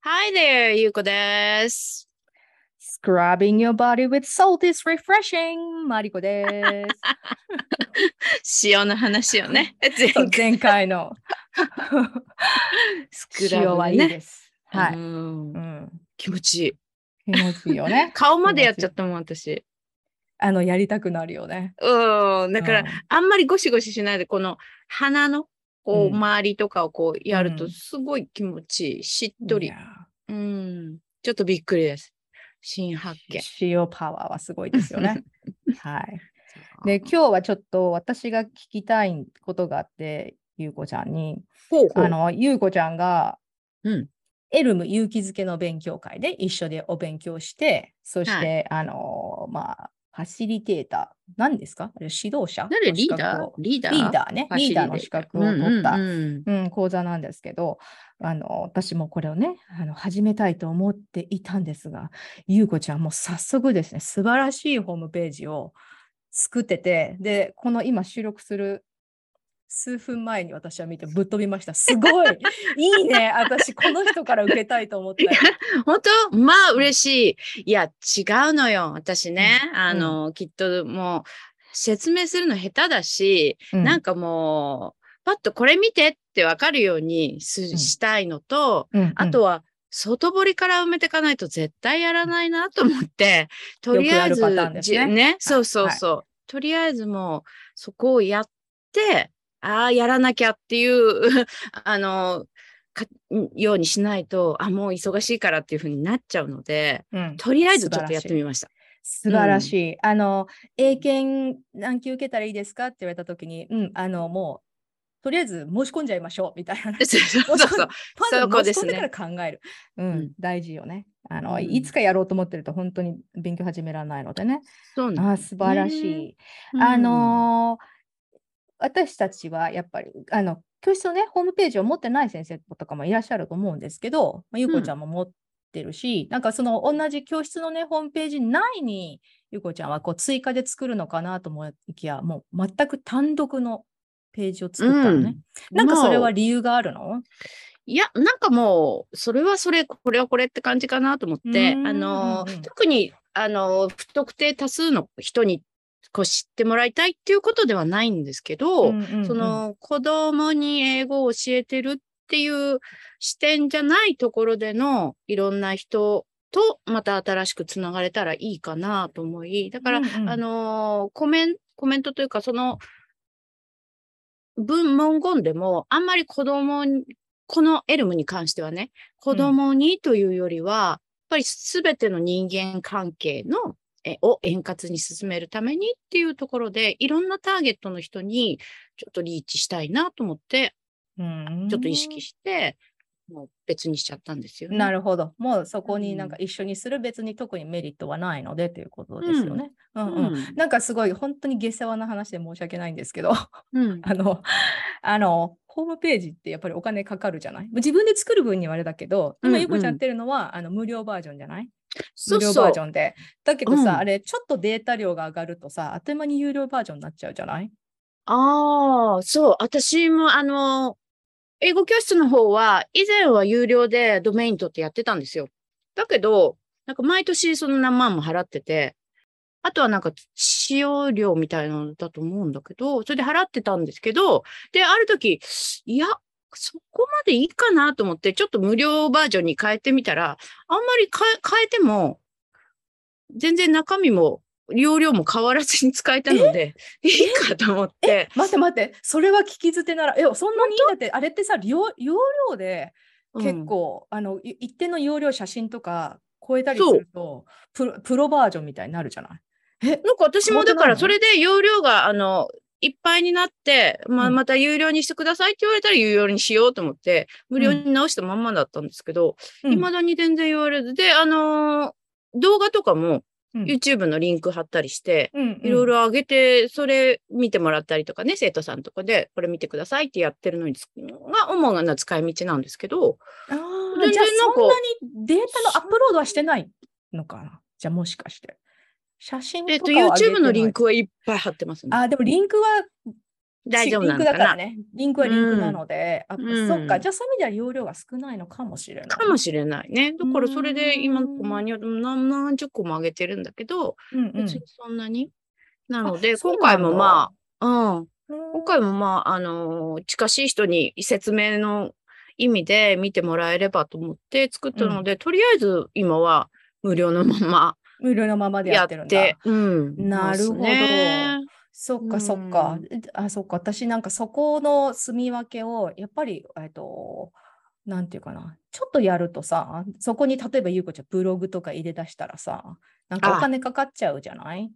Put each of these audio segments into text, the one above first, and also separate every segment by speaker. Speaker 1: Hi there, ゆうこです。
Speaker 2: Scrubbing your body with salt is refreshing! マリコです。
Speaker 1: 塩の話をね。前
Speaker 2: そう前回の
Speaker 1: スクラブね
Speaker 2: 塩はいいです。は
Speaker 1: う
Speaker 2: い。
Speaker 1: ん
Speaker 2: うん、
Speaker 1: 気持ちいい。。
Speaker 2: 気持ちいいよね
Speaker 1: 顔までやっちゃったもん、私。
Speaker 2: あの、やりたくなるよね。
Speaker 1: うん。だから、
Speaker 2: うん
Speaker 1: あんまりゴシゴシしないで、この鼻のこう、
Speaker 2: うん
Speaker 1: 周りとかをこうやる
Speaker 2: う
Speaker 1: と、
Speaker 2: ん
Speaker 1: すごい気持ちいい。しっと
Speaker 2: い
Speaker 1: り。
Speaker 2: や
Speaker 1: うん。ちょっとびっくりです。新発見。
Speaker 2: 塩パワーはすごいです よね。はい。で、今日はちょっと私が聞きたいことがあって、ゆうこちゃんに。
Speaker 1: ほうほう
Speaker 2: あの、ゆうこちゃんが、
Speaker 1: うん
Speaker 2: エルム勇気づけの勉強会で一緒でお勉強して、そして、
Speaker 1: は
Speaker 2: あのー、まあ、ファシリテーター、何ですかあれ指導者
Speaker 1: 誰
Speaker 2: の
Speaker 1: リ
Speaker 2: 資
Speaker 1: ー
Speaker 2: 格
Speaker 1: ダー
Speaker 2: を
Speaker 1: リーダー
Speaker 2: リーダーね
Speaker 1: フ、ァシ
Speaker 2: リ
Speaker 1: リ
Speaker 2: ー
Speaker 1: テータ
Speaker 2: ダー
Speaker 1: ー
Speaker 2: の資格を取った、
Speaker 1: う
Speaker 2: うんん
Speaker 1: うんうん
Speaker 2: 講座なんですけど、あの私もこれをねあの、始めたいと思っていたんですが、ゆうこちゃんもう早速ですね、素晴らしいホームページを作ってて、で、この今収録する数分前に私は見てぶっ飛びました。すごいいいね私この人から受けたいと思ったよ。
Speaker 1: 本当まあ嬉しい。いや、違うのよ。私ね、あの、きっともう、説明するの下手だし、なん
Speaker 2: か、
Speaker 1: かもう、パッとこれ見てってわかるようにす、
Speaker 2: ん
Speaker 1: したいのと、
Speaker 2: うんうん
Speaker 1: あとは、外堀から埋めていかないと絶対やらないなと思って、とりあえず、
Speaker 2: よくあるパターンです
Speaker 1: じ
Speaker 2: ね
Speaker 1: ね、そうそうそう。とりあえずもう、そこをやって、ああ、やらなきゃっていう、 あの、かようにしないと、あ、もう忙しいからっていうふうになっちゃうので、
Speaker 2: うん
Speaker 1: とりあえずちょっとやってみました。
Speaker 2: 素晴らしい。あの英検何級受けたらいいですかって言われた時に、うんあのもうとりあえず申し込んじゃいましょうみたいなね。
Speaker 1: そうそうそう。そ
Speaker 2: ま
Speaker 1: こ
Speaker 2: ず
Speaker 1: です
Speaker 2: 申し込ん
Speaker 1: ね
Speaker 2: でから考える。うん、
Speaker 1: うん
Speaker 2: 大事よね。あの、
Speaker 1: うん
Speaker 2: いつかやろうと思ってると本当に勉強始められないのでね。
Speaker 1: そうな
Speaker 2: あ
Speaker 1: の
Speaker 2: ー素晴らしい。
Speaker 1: うん
Speaker 2: あのー私たちはやっぱりあの教室のねホームページを持ってない先生とかもいらっしゃると思うんですけど、まあ、ゆうこちゃんも持ってるし、なんかその同じ教室のねホームページ内にゆうこちゃんはこう追加で作るのかなと思いきやもう全く単独のページを作ったのね、なんかそれ
Speaker 1: もう
Speaker 2: は理由があるの
Speaker 1: いや、なんかもう、それはそれ、これはこれって感じかなと思って、
Speaker 2: うーん
Speaker 1: あのー
Speaker 2: うんうん
Speaker 1: 特に、あのー不特定多数の人にこう知ってもらいたいっていうことではないんですけど、
Speaker 2: うんうんうん
Speaker 1: その子供に英語を教えてるっていう視点じゃないところでのいろんな人とまた新しくつながれたらいいかなと思い、だから、
Speaker 2: うんうん
Speaker 1: あのーコメン、コメントというか、その、文文言でも、あんまり子供に、このエルムに関してはね、子供にというよりは、やっぱりすべての人間関係の、えを円滑に進めるためにっていうところで、いろんなターゲットの人にちょっとリーチしたいなと思って、
Speaker 2: うん
Speaker 1: ちょっと意識して、もう別にしちゃったんですよね。
Speaker 2: なるほど。もうそこになん
Speaker 1: うん
Speaker 2: か一緒にする別に特にメリットはないのでということですよね。うんうん
Speaker 1: うん
Speaker 2: なんかすごい本当に下世話な話で申し訳ないんですけど あ
Speaker 1: うん
Speaker 2: のあのホームページってやっぱりお金かかるじゃない自分で作る分にはあれだけど
Speaker 1: うんう
Speaker 2: 今
Speaker 1: ん
Speaker 2: ゆうこちゃんやってるのは、あの無料バージョンじゃない
Speaker 1: そう
Speaker 2: 無料
Speaker 1: そ
Speaker 2: バ
Speaker 1: う
Speaker 2: ージ。ョンでだけどさ、
Speaker 1: うん
Speaker 2: あれちょっとデータ量が上がるとさあっという間に有料バージョンになっちゃうじゃない
Speaker 1: ああ、そう。私も、あの、英語教室の方は、以前は有料でドメイン取ってやってたんですよ。だけど、なんか毎年その何万も払ってて、あとはなんか使用料みたいなのだと思うんだけど、それで払ってたんですけど、で、ある時、いや、そこまでいいかなと思って、ちょっと無料バージョンに変えてみたら、あんまりか変えても、全然中身も、容量も変わらずに使えたので、いいかと思って。
Speaker 2: 待って待ってそれは聞き捨てならえそんなにいいんだってあれってさ容容量で結構、あのい一定の容量写真とか超えたりするとプロプロバージョンみたいになるじゃない
Speaker 1: うん。なんか私もだか
Speaker 2: 変わってない
Speaker 1: ら
Speaker 2: の
Speaker 1: それで容量があのいっぱいになって、まあ、
Speaker 2: うん
Speaker 1: また有料にしてくださいって言われたら有料にしようと思って無料に直したまんまだったんですけど
Speaker 2: うん
Speaker 1: いま、未だに全然言われずであのー動画とかも
Speaker 2: うん
Speaker 1: YouTube のリンク貼ったりして。
Speaker 2: うん
Speaker 1: いろいろ上げて、それ見てもらったりとかね、生徒さんとかで、これ見てくださいってやってるのにつ、が主な使い道なんですけど、
Speaker 2: あー
Speaker 1: 全然
Speaker 2: じゃあ
Speaker 1: なんか
Speaker 2: そんなにデータのアップロードはしてないのかなじゃあもしかして写真と
Speaker 1: えっ
Speaker 2: か
Speaker 1: と、
Speaker 2: を上げてない
Speaker 1: YouTube のリンクはいっぱい貼ってますね。
Speaker 2: あーでもリンクは
Speaker 1: 大丈夫なの
Speaker 2: リン
Speaker 1: か
Speaker 2: クだ
Speaker 1: な
Speaker 2: からね。リンクはリンクなので、あ
Speaker 1: うん
Speaker 2: そっか、じゃあそういう意味では容量が少ないのかもしれない。
Speaker 1: かもしれないね。だからそれで今のとこ
Speaker 2: うん
Speaker 1: マニュアルも何何十個も上げてるんだけど、
Speaker 2: うんうん
Speaker 1: 別にそんなに。なの
Speaker 2: あ
Speaker 1: で、
Speaker 2: そう
Speaker 1: 今
Speaker 2: なんだ
Speaker 1: 回もまあ、うん。
Speaker 2: うん
Speaker 1: 今回もまあ、あのー近しい人に説明の意味で見てもらえればと思って作ったので、とりあえず今は無料のまま
Speaker 2: 無料のままでや
Speaker 1: や
Speaker 2: っ
Speaker 1: ってて
Speaker 2: るんだ。
Speaker 1: うん、
Speaker 2: なるほど
Speaker 1: ますね
Speaker 2: そっかそっか
Speaker 1: う。
Speaker 2: あ、そっか。私なんかそこの住み分けを、やっぱり、えっと、なんていうかな。ちょっとやるとさ、そこに例えばゆうこちゃんブログとか入れ出したらさ、なんかお
Speaker 1: あ
Speaker 2: 金かかっちゃうじゃない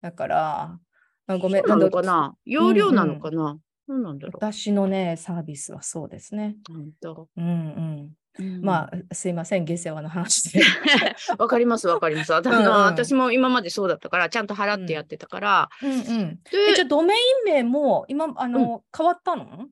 Speaker 2: だから、あごめん、
Speaker 1: そうなの
Speaker 2: んだ
Speaker 1: かな容量なのかな、どうなんだろ
Speaker 2: 私のね、サービスはそうですね。
Speaker 1: うなんだろ
Speaker 2: うんうん。
Speaker 1: う。
Speaker 2: まあ、すいません、下世話の話 で。
Speaker 1: あ、わかりますわかります。あ
Speaker 2: うんうん
Speaker 1: の私も今までそうだったから、ちゃんと払ってやってたから。
Speaker 2: うんうん。え、じゃ
Speaker 1: で、
Speaker 2: あドメイン名も今、あの、変わったの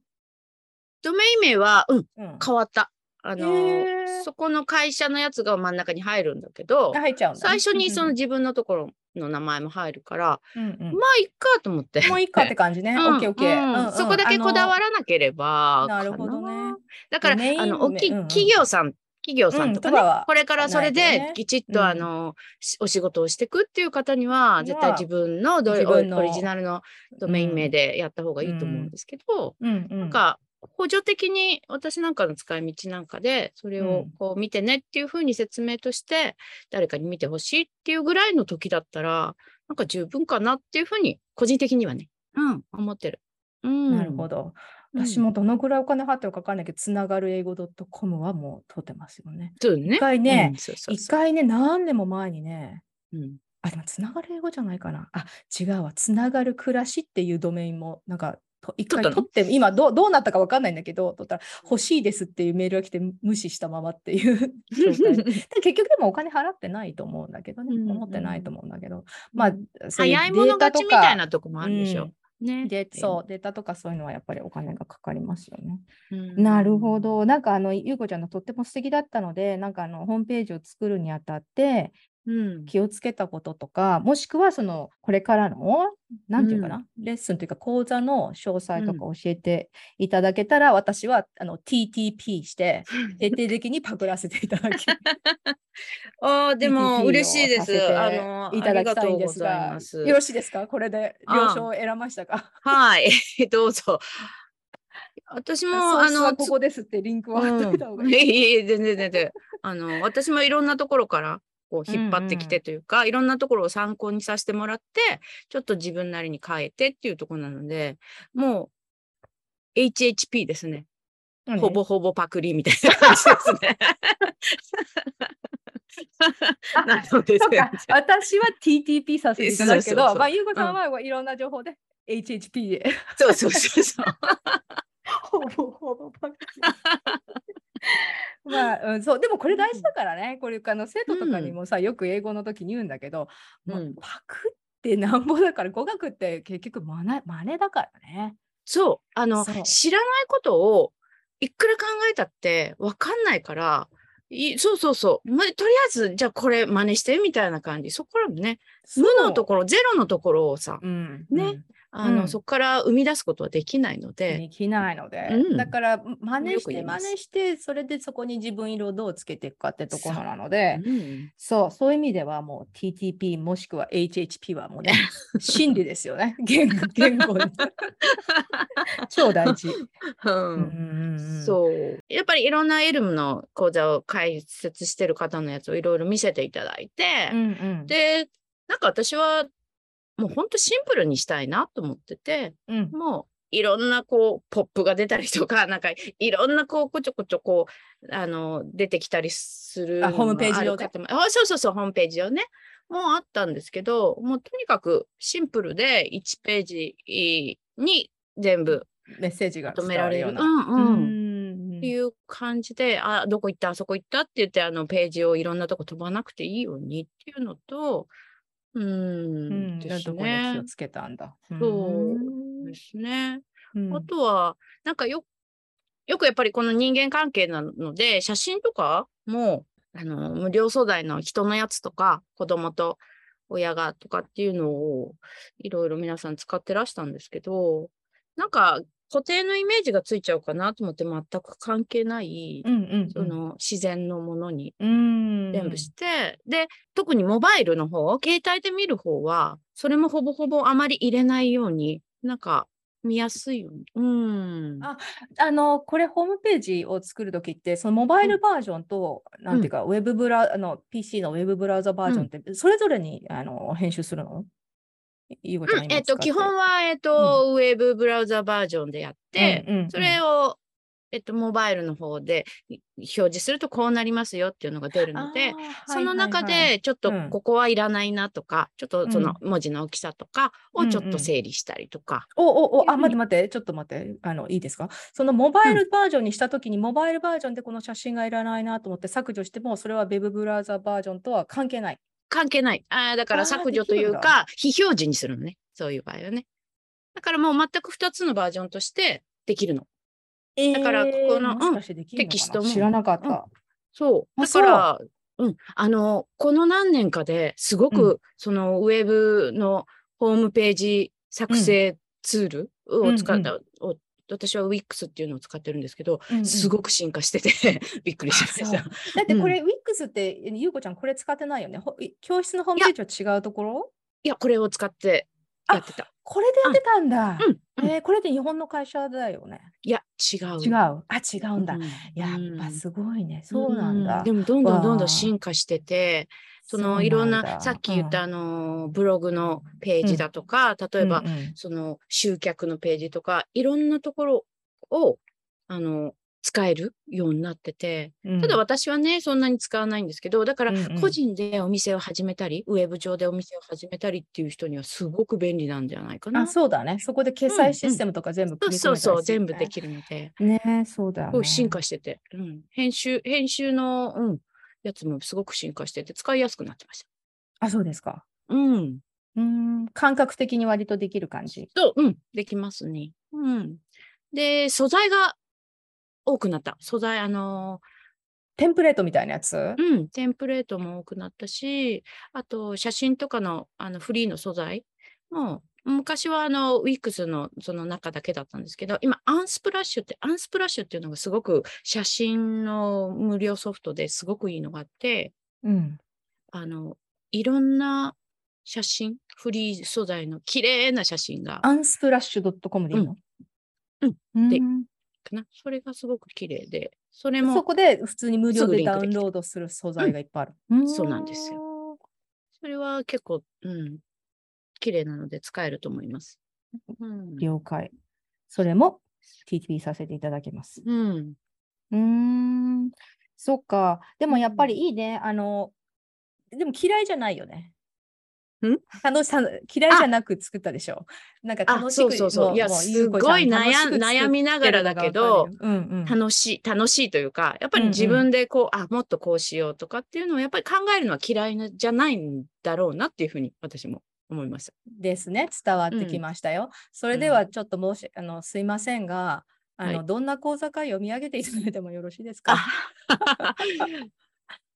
Speaker 1: ドメイン名は、うん、
Speaker 2: うん。
Speaker 1: 変わった。あの
Speaker 2: へー
Speaker 1: そこの会社のやつが真ん中に入るんだけど、
Speaker 2: 入っちゃうんだね。
Speaker 1: 最初にその
Speaker 2: うん
Speaker 1: 自分のところの名前も入るから、
Speaker 2: うん、うんうん
Speaker 1: まあいっかと思って。
Speaker 2: もういいかって感じね。オッケーオッケ
Speaker 1: うん
Speaker 2: ー。
Speaker 1: そこだけこだわ
Speaker 2: る。
Speaker 1: らなければ
Speaker 2: なるほどね。
Speaker 1: だから、
Speaker 2: ドメイン
Speaker 1: あの、大きい
Speaker 2: 名うんうん
Speaker 1: 企業さん、企業さんとかね、
Speaker 2: うんとかは
Speaker 1: これからそれ
Speaker 2: ないけどね
Speaker 1: で、きちっ
Speaker 2: うん
Speaker 1: と、あの、しお仕事をしていくっていう方には、絶対
Speaker 2: まあ
Speaker 1: 自分のど
Speaker 2: 自分の
Speaker 1: オリジナルのドメイン名でやった方がいいと思うんですけど、
Speaker 2: うんうん。
Speaker 1: なんか、補助的に私なんかの使い道なんかで、それ
Speaker 2: う
Speaker 1: を
Speaker 2: ん
Speaker 1: こう見てねっていう風に説明として、誰かに見てほしいっていうぐらいの時だったら、なんか十分かなっていう風に、個人的にはね、うん、思ってる。うん。
Speaker 2: なるほど。
Speaker 1: うん
Speaker 2: 私もどのぐらいお金払ってるかわかんないけど、つながる英語 .com はもう取ってますよね。
Speaker 1: そうね。
Speaker 2: 一回ね
Speaker 1: うん、そうそう
Speaker 2: 一
Speaker 1: そ
Speaker 2: 回ね、何年も前にね、
Speaker 1: ううん
Speaker 2: あ、でもつながる英語じゃないかな。あ、違うわ。つながる暮らしっていうドメインも、なんか、と一回
Speaker 1: 取った
Speaker 2: 取
Speaker 1: の
Speaker 2: って、今どうどうなったかわかんないんだけど、取ったら、欲しいですっていうメールが来て、無視したままっていう 状態でで結局でもお金払ってないと思うんだけど
Speaker 1: う
Speaker 2: ね、
Speaker 1: んうんうん
Speaker 2: 思ってないと思うんだけど、まあそういう
Speaker 1: 早い者勝ちみたい
Speaker 2: データとか
Speaker 1: なとこもあるでしょ。ね。
Speaker 2: でそうデータとかそういうのはやっぱりお金がかかりますよね。
Speaker 1: うん。
Speaker 2: なるほど。なんかあのゆうこちゃんのとっても素敵だったのでなんかあのホームページを作るにあたって
Speaker 1: うん。
Speaker 2: 気をつけたこととかもしくはそのこれからの何て言うかな、レッスンというか講座の詳細とか教えていただけたら、私はあの TTP して徹底的にパクらせていただき
Speaker 1: ああ、でも
Speaker 2: PTP を
Speaker 1: 嬉しいで
Speaker 2: させて
Speaker 1: す。あの、
Speaker 2: いただき
Speaker 1: あ
Speaker 2: た
Speaker 1: りがと
Speaker 2: いん
Speaker 1: う
Speaker 2: で
Speaker 1: ご
Speaker 2: す
Speaker 1: ざい
Speaker 2: が
Speaker 1: ま、
Speaker 2: よ
Speaker 1: す。
Speaker 2: ろしいですかこれで了
Speaker 1: あ
Speaker 2: 承を得られましたか
Speaker 1: はい。 どうぞ。私も、あ
Speaker 2: ソースは
Speaker 1: の、
Speaker 2: ここですってリンクを貼っといた方
Speaker 1: う
Speaker 2: がい
Speaker 1: ん、い
Speaker 2: い。
Speaker 1: えいえ、全然全然。あの、私もいろんなところから、こう引っ張ってき
Speaker 2: うんう
Speaker 1: てというか、いろんなところを参考にさせてもらって、ちょっと自分なりに変えてっていうところなので、もう、HHP ですね。 ほぼほぼパクリみたいな感じですね。
Speaker 2: あ
Speaker 1: なので
Speaker 2: そうか、私は TTP させていただくけ
Speaker 1: そうそうそ
Speaker 2: ど、
Speaker 1: う
Speaker 2: まあ、ゆうこさんはいろんな情報で HHP で。
Speaker 1: そうそうそうそう。
Speaker 2: ほぼほぼばっかり まあ、うん、そう、でもこれ大事だからね。これ、あの、生徒とかにもさ、よく英語の時に言うんだけど、もう
Speaker 1: うん
Speaker 2: パクってなんぼだから、語学って結局まね、真似だからね。
Speaker 1: そう。あの
Speaker 2: そう、
Speaker 1: 知らないことをいくら考えたってわかんないから、いそうそうそう、ま。とりあえず、じゃあこれ真似してみたいな感じ。そこからもね、無のところ、ゼロのところをさ、
Speaker 2: ろ。うん。
Speaker 1: ね
Speaker 2: うん
Speaker 1: あの、
Speaker 2: うん
Speaker 1: そこから生み出すことはできないので、
Speaker 2: できないので、
Speaker 1: うん
Speaker 2: だからん真似
Speaker 1: よ
Speaker 2: し
Speaker 1: く言
Speaker 2: て
Speaker 1: います
Speaker 2: 真似してそれでそこに自分色をどうつけていくかってところなので
Speaker 1: うん
Speaker 2: そうそういう意味ではもう TTP もしくは HHP はもうね真理ですよね言語言語に超大事、
Speaker 1: うん
Speaker 2: う
Speaker 1: そう。やっぱりいろんなエルムの講座を解説してる方のやつをいろいろ見せていただいて、
Speaker 2: んうん
Speaker 1: で、なんか私はもうほんとシンプルにしたいなと思ってて、
Speaker 2: うん
Speaker 1: もういろんなこうポップが出たりとか、なん かいろんなこうこちょこちょこう、あの、出てきたりする
Speaker 2: あホームページ
Speaker 1: のが
Speaker 2: 上で
Speaker 1: ある方もあ、そうそうそう、ホームページ上ね。もうあったんですけど、もうとにかくシンプルで1ページに全部
Speaker 2: メッセージが
Speaker 1: まとめられる。
Speaker 2: 伝わ
Speaker 1: うんうん
Speaker 2: うん
Speaker 1: っていう感じで、あ、どこ行った、あそこ行ったって言って、あの、ページをいろんなとこ飛ばなくていいようにっていうのと、う、
Speaker 2: うんん
Speaker 1: です
Speaker 2: どこに気
Speaker 1: ね
Speaker 2: を。つけたんだ。
Speaker 1: そう
Speaker 2: うん
Speaker 1: ですね。
Speaker 2: うん
Speaker 1: あとは、なんかよ、よくやっぱりこの人間関係なので、写真とかも、あの、無料素材の人のやつとか、子供と親がとかっていうのを、いろいろ皆さん使ってらしたんですけど、なんか固定のイメージがついちゃうかなと思って全く関係ない、
Speaker 2: うんうん
Speaker 1: その自然のものに
Speaker 2: うん、
Speaker 1: 全部して、で特にモバイルの方携帯で見る方はそれもほぼほぼあまり入れないようになんか見やすいようにうん
Speaker 2: ああのこれホームページを作るときってそのモバイルバージョンと、なんていうかウェブブラあの PC のウェブブラウザバージョンって、それぞれにあの編集するのゆうこちゃん
Speaker 1: うん
Speaker 2: が今
Speaker 1: えっと
Speaker 2: 使
Speaker 1: 基本は、えっとウェブブラウザバージョンでやって、
Speaker 2: うんうんうん
Speaker 1: それを、えっと、モバイルの方でい表示するとこうなりますよっていうのが出るので、
Speaker 2: あー
Speaker 1: その中
Speaker 2: はいはいはい
Speaker 1: でちょっと
Speaker 2: うん
Speaker 1: ここはいらないなとか、ちょっとその文字の大きさとかをちょ
Speaker 2: う
Speaker 1: っ
Speaker 2: んう
Speaker 1: と
Speaker 2: ん
Speaker 1: 整理したりとか。
Speaker 2: おおお
Speaker 1: いうふう
Speaker 2: あ
Speaker 1: に
Speaker 2: 待って待ってちょっと待ってあのいいですかそのモバイルバージョンにしたときに、モバイルバージョンでこの写真がいらないなと思って削除してもそれはウェブブラウザバージョンとは関係ない。
Speaker 1: 関係ない。あーだか
Speaker 2: あ
Speaker 1: ら
Speaker 2: ー
Speaker 1: 削除という
Speaker 2: できるん
Speaker 1: か、非表示にするのね。そういう場合はね。だからもう全く2つのバージョンとしてできるの。だからここの
Speaker 2: えーもしかしてできるのかな
Speaker 1: テキストも
Speaker 2: 知らなかった。
Speaker 1: そう。
Speaker 2: あ
Speaker 1: だから、うん。あの、この何年かですご
Speaker 2: う
Speaker 1: く、そのウェブのホームページ作成ツールを使った、お私は WIX っていうのを使ってるんですけど、
Speaker 2: うんうん
Speaker 1: すごく進化してて びっくりしまし
Speaker 2: あ
Speaker 1: た
Speaker 2: そ。だって
Speaker 1: うん
Speaker 2: これ、Wix って、えゆうこちゃんこれ使ってないよね。ほい教室のホームページは違うところ
Speaker 1: いや、これを使ってやってた。
Speaker 2: これでやってたんだ。
Speaker 1: うんうん
Speaker 2: えーこれって日本の会社だよね。
Speaker 1: いや、違う。
Speaker 2: 違う。あ、違うんだ。
Speaker 1: うん
Speaker 2: やっぱすごいね。そうなんだ。
Speaker 1: でもどんどんどん
Speaker 2: わ
Speaker 1: ど
Speaker 2: あ
Speaker 1: ん進化してて、そ
Speaker 2: そう
Speaker 1: のいろん
Speaker 2: ん
Speaker 1: な
Speaker 2: だ
Speaker 1: さっき言っ
Speaker 2: う
Speaker 1: たあのブログのページだとか、例えば
Speaker 2: うんうん
Speaker 1: その集客のページとかいろんなところをあの使えるようになってて、
Speaker 2: うん
Speaker 1: ただ私はねそんなに使わないんですけどだから
Speaker 2: うんうん
Speaker 1: 個人でお店を始めたり、ウェブ上でお店を始めたりっていう人にはすごく便利なんじゃないかな。
Speaker 2: あ、そうだね。そこで決
Speaker 1: うんう
Speaker 2: 済
Speaker 1: ん
Speaker 2: システムとか全部
Speaker 1: そう
Speaker 2: 組み込めた
Speaker 1: そ
Speaker 2: り
Speaker 1: うそう
Speaker 2: する
Speaker 1: 全部で
Speaker 2: ね
Speaker 1: きるので。
Speaker 2: ねそうだよ
Speaker 1: すご
Speaker 2: ね。
Speaker 1: い進化してて、うん、編集編集の、うん、やつもすごく進化してて使いやすくなってまし
Speaker 2: あ、そうですか。
Speaker 1: た。うん、
Speaker 2: うーん、感覚的に割とできる感じ。
Speaker 1: と、うん、できますね。うん、で素材が多くなった素材あの
Speaker 2: テンプレートみたいなやつ。
Speaker 1: ー、うん、テンプレートも多くなったしあと写真とかのあのフリーの素材も昔はあの WIX のその中だけだったんですけど今アンスプラッシュってアンスプラッシュっていうのがすごく写真の無料ソフトですごくいいのがあって、
Speaker 2: うん。
Speaker 1: あの、いろんな写真、フリー素材の綺麗な写真が、
Speaker 2: アンスプラッシュ .com でいいの
Speaker 1: うん
Speaker 2: うん
Speaker 1: でかな。それがすごく綺麗で、それ
Speaker 2: そ
Speaker 1: も、
Speaker 2: こで普通に無料
Speaker 1: すぐ
Speaker 2: で
Speaker 1: リン
Speaker 2: ダ
Speaker 1: ク
Speaker 2: ウ
Speaker 1: で
Speaker 2: ン
Speaker 1: きて
Speaker 2: ロードする素材がいっぱいある。
Speaker 1: そうなんですよ
Speaker 2: よ。
Speaker 1: それは結構、うん、綺麗なので使えると思います。うん。
Speaker 2: 了解。それも TTP させていただきます。
Speaker 1: うん。
Speaker 2: うーん。そっか。でもやっぱりいいね。あの、でも嫌いじゃないよね。
Speaker 1: ん
Speaker 2: 楽しさ嫌いじゃなく作ったでしょ。なんか
Speaker 1: あ、
Speaker 2: 楽しく
Speaker 1: そうそうそう。いや、
Speaker 2: もう
Speaker 1: すごい悩悩みながらだけ、ど
Speaker 2: ゆうこちゃん楽しく作ってるのがわかるよ、うんうん、
Speaker 1: 楽しい、楽しいというか、やっぱ
Speaker 2: うんう
Speaker 1: り
Speaker 2: ん
Speaker 1: 自分でこう、あ、もっとこうしようとかっていうのを、やっぱり考えるのは嫌いなじゃないんだろうなっていうふうに、私も思いま した。
Speaker 2: ですね伝わってき
Speaker 1: うん
Speaker 2: ましたよ。それで
Speaker 1: うん
Speaker 2: はちょっと申し、あのすいませんがあの、
Speaker 1: は
Speaker 2: どんな講座か読み上げていただいてもよろしいです
Speaker 1: あ
Speaker 2: か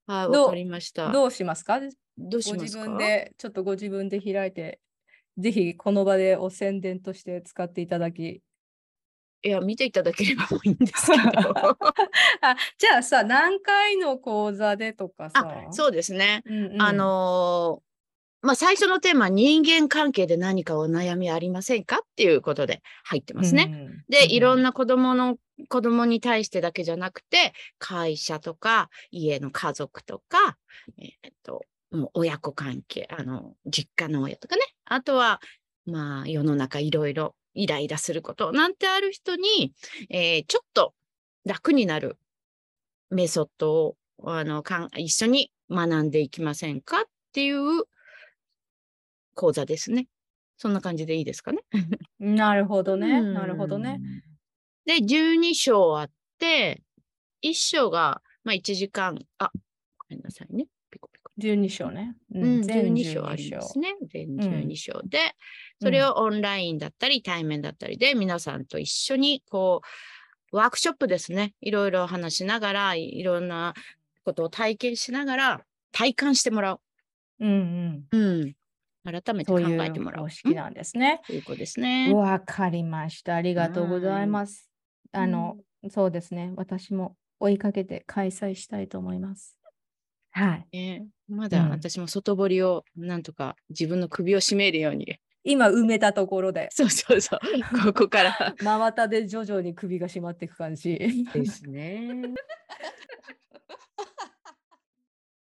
Speaker 1: はい、
Speaker 2: どう
Speaker 1: わかりました。
Speaker 2: どうしますか
Speaker 1: どうし
Speaker 2: ご
Speaker 1: ま
Speaker 2: 自
Speaker 1: すか
Speaker 2: 分でちょっとご自分で開いてぜひこの場でお宣伝として使っていただき
Speaker 1: いや、見ていただければもういいんですけ ど。
Speaker 2: あじゃあさ何回の講座でとかさ
Speaker 1: あ、そうですね。
Speaker 2: うんうん
Speaker 1: あのーまあ、最初のテーマ、人間関係で何かお悩みありませんかっていうことで入ってますね。
Speaker 2: うんうん
Speaker 1: で、いろん
Speaker 2: な
Speaker 1: な子供の、子供に対してだけじゃなくて、会社とか、家の家族とか、えっと、もう親子関係、あの、実家の親とかね。あとは、まあ、世の中いろいろイライラすることなんてある人に、えーちょっと楽になるメソッドを、あの、かん一緒に学んでいきませんかっていう講座ですね。そんな感じでいいですかね。
Speaker 2: なるほどねなるほどね。
Speaker 1: で、12章あって、1章が、まあ、1時間、あ、ごめんなさいね。ピコピコ。
Speaker 2: 12章ね、う
Speaker 1: うん、
Speaker 2: 全
Speaker 1: 12章ありますね。全12章で、それをオンラインだったり、対面だったりで、皆さんと一緒に、こう、ワークショップですね。いろいろ話しながら、いいろんなことを体験しながら、体感してもらう。
Speaker 2: うんうん
Speaker 1: うん。改めて
Speaker 2: そ
Speaker 1: 考
Speaker 2: うい
Speaker 1: えても
Speaker 2: う
Speaker 1: らおう
Speaker 2: 方式なんですね。
Speaker 1: ということですね。
Speaker 2: わかりました。ありがとうございます。あの、そうですね。私も追いかけて開催したいと思います。はい。
Speaker 1: ねまだ
Speaker 2: うん
Speaker 1: 私も外堀をなんとか自分の首を絞めるように、
Speaker 2: 今埋めたところで、
Speaker 1: そうそうそう ここから
Speaker 2: 真綿で徐々に首が締まっていく感じ。
Speaker 1: ですね。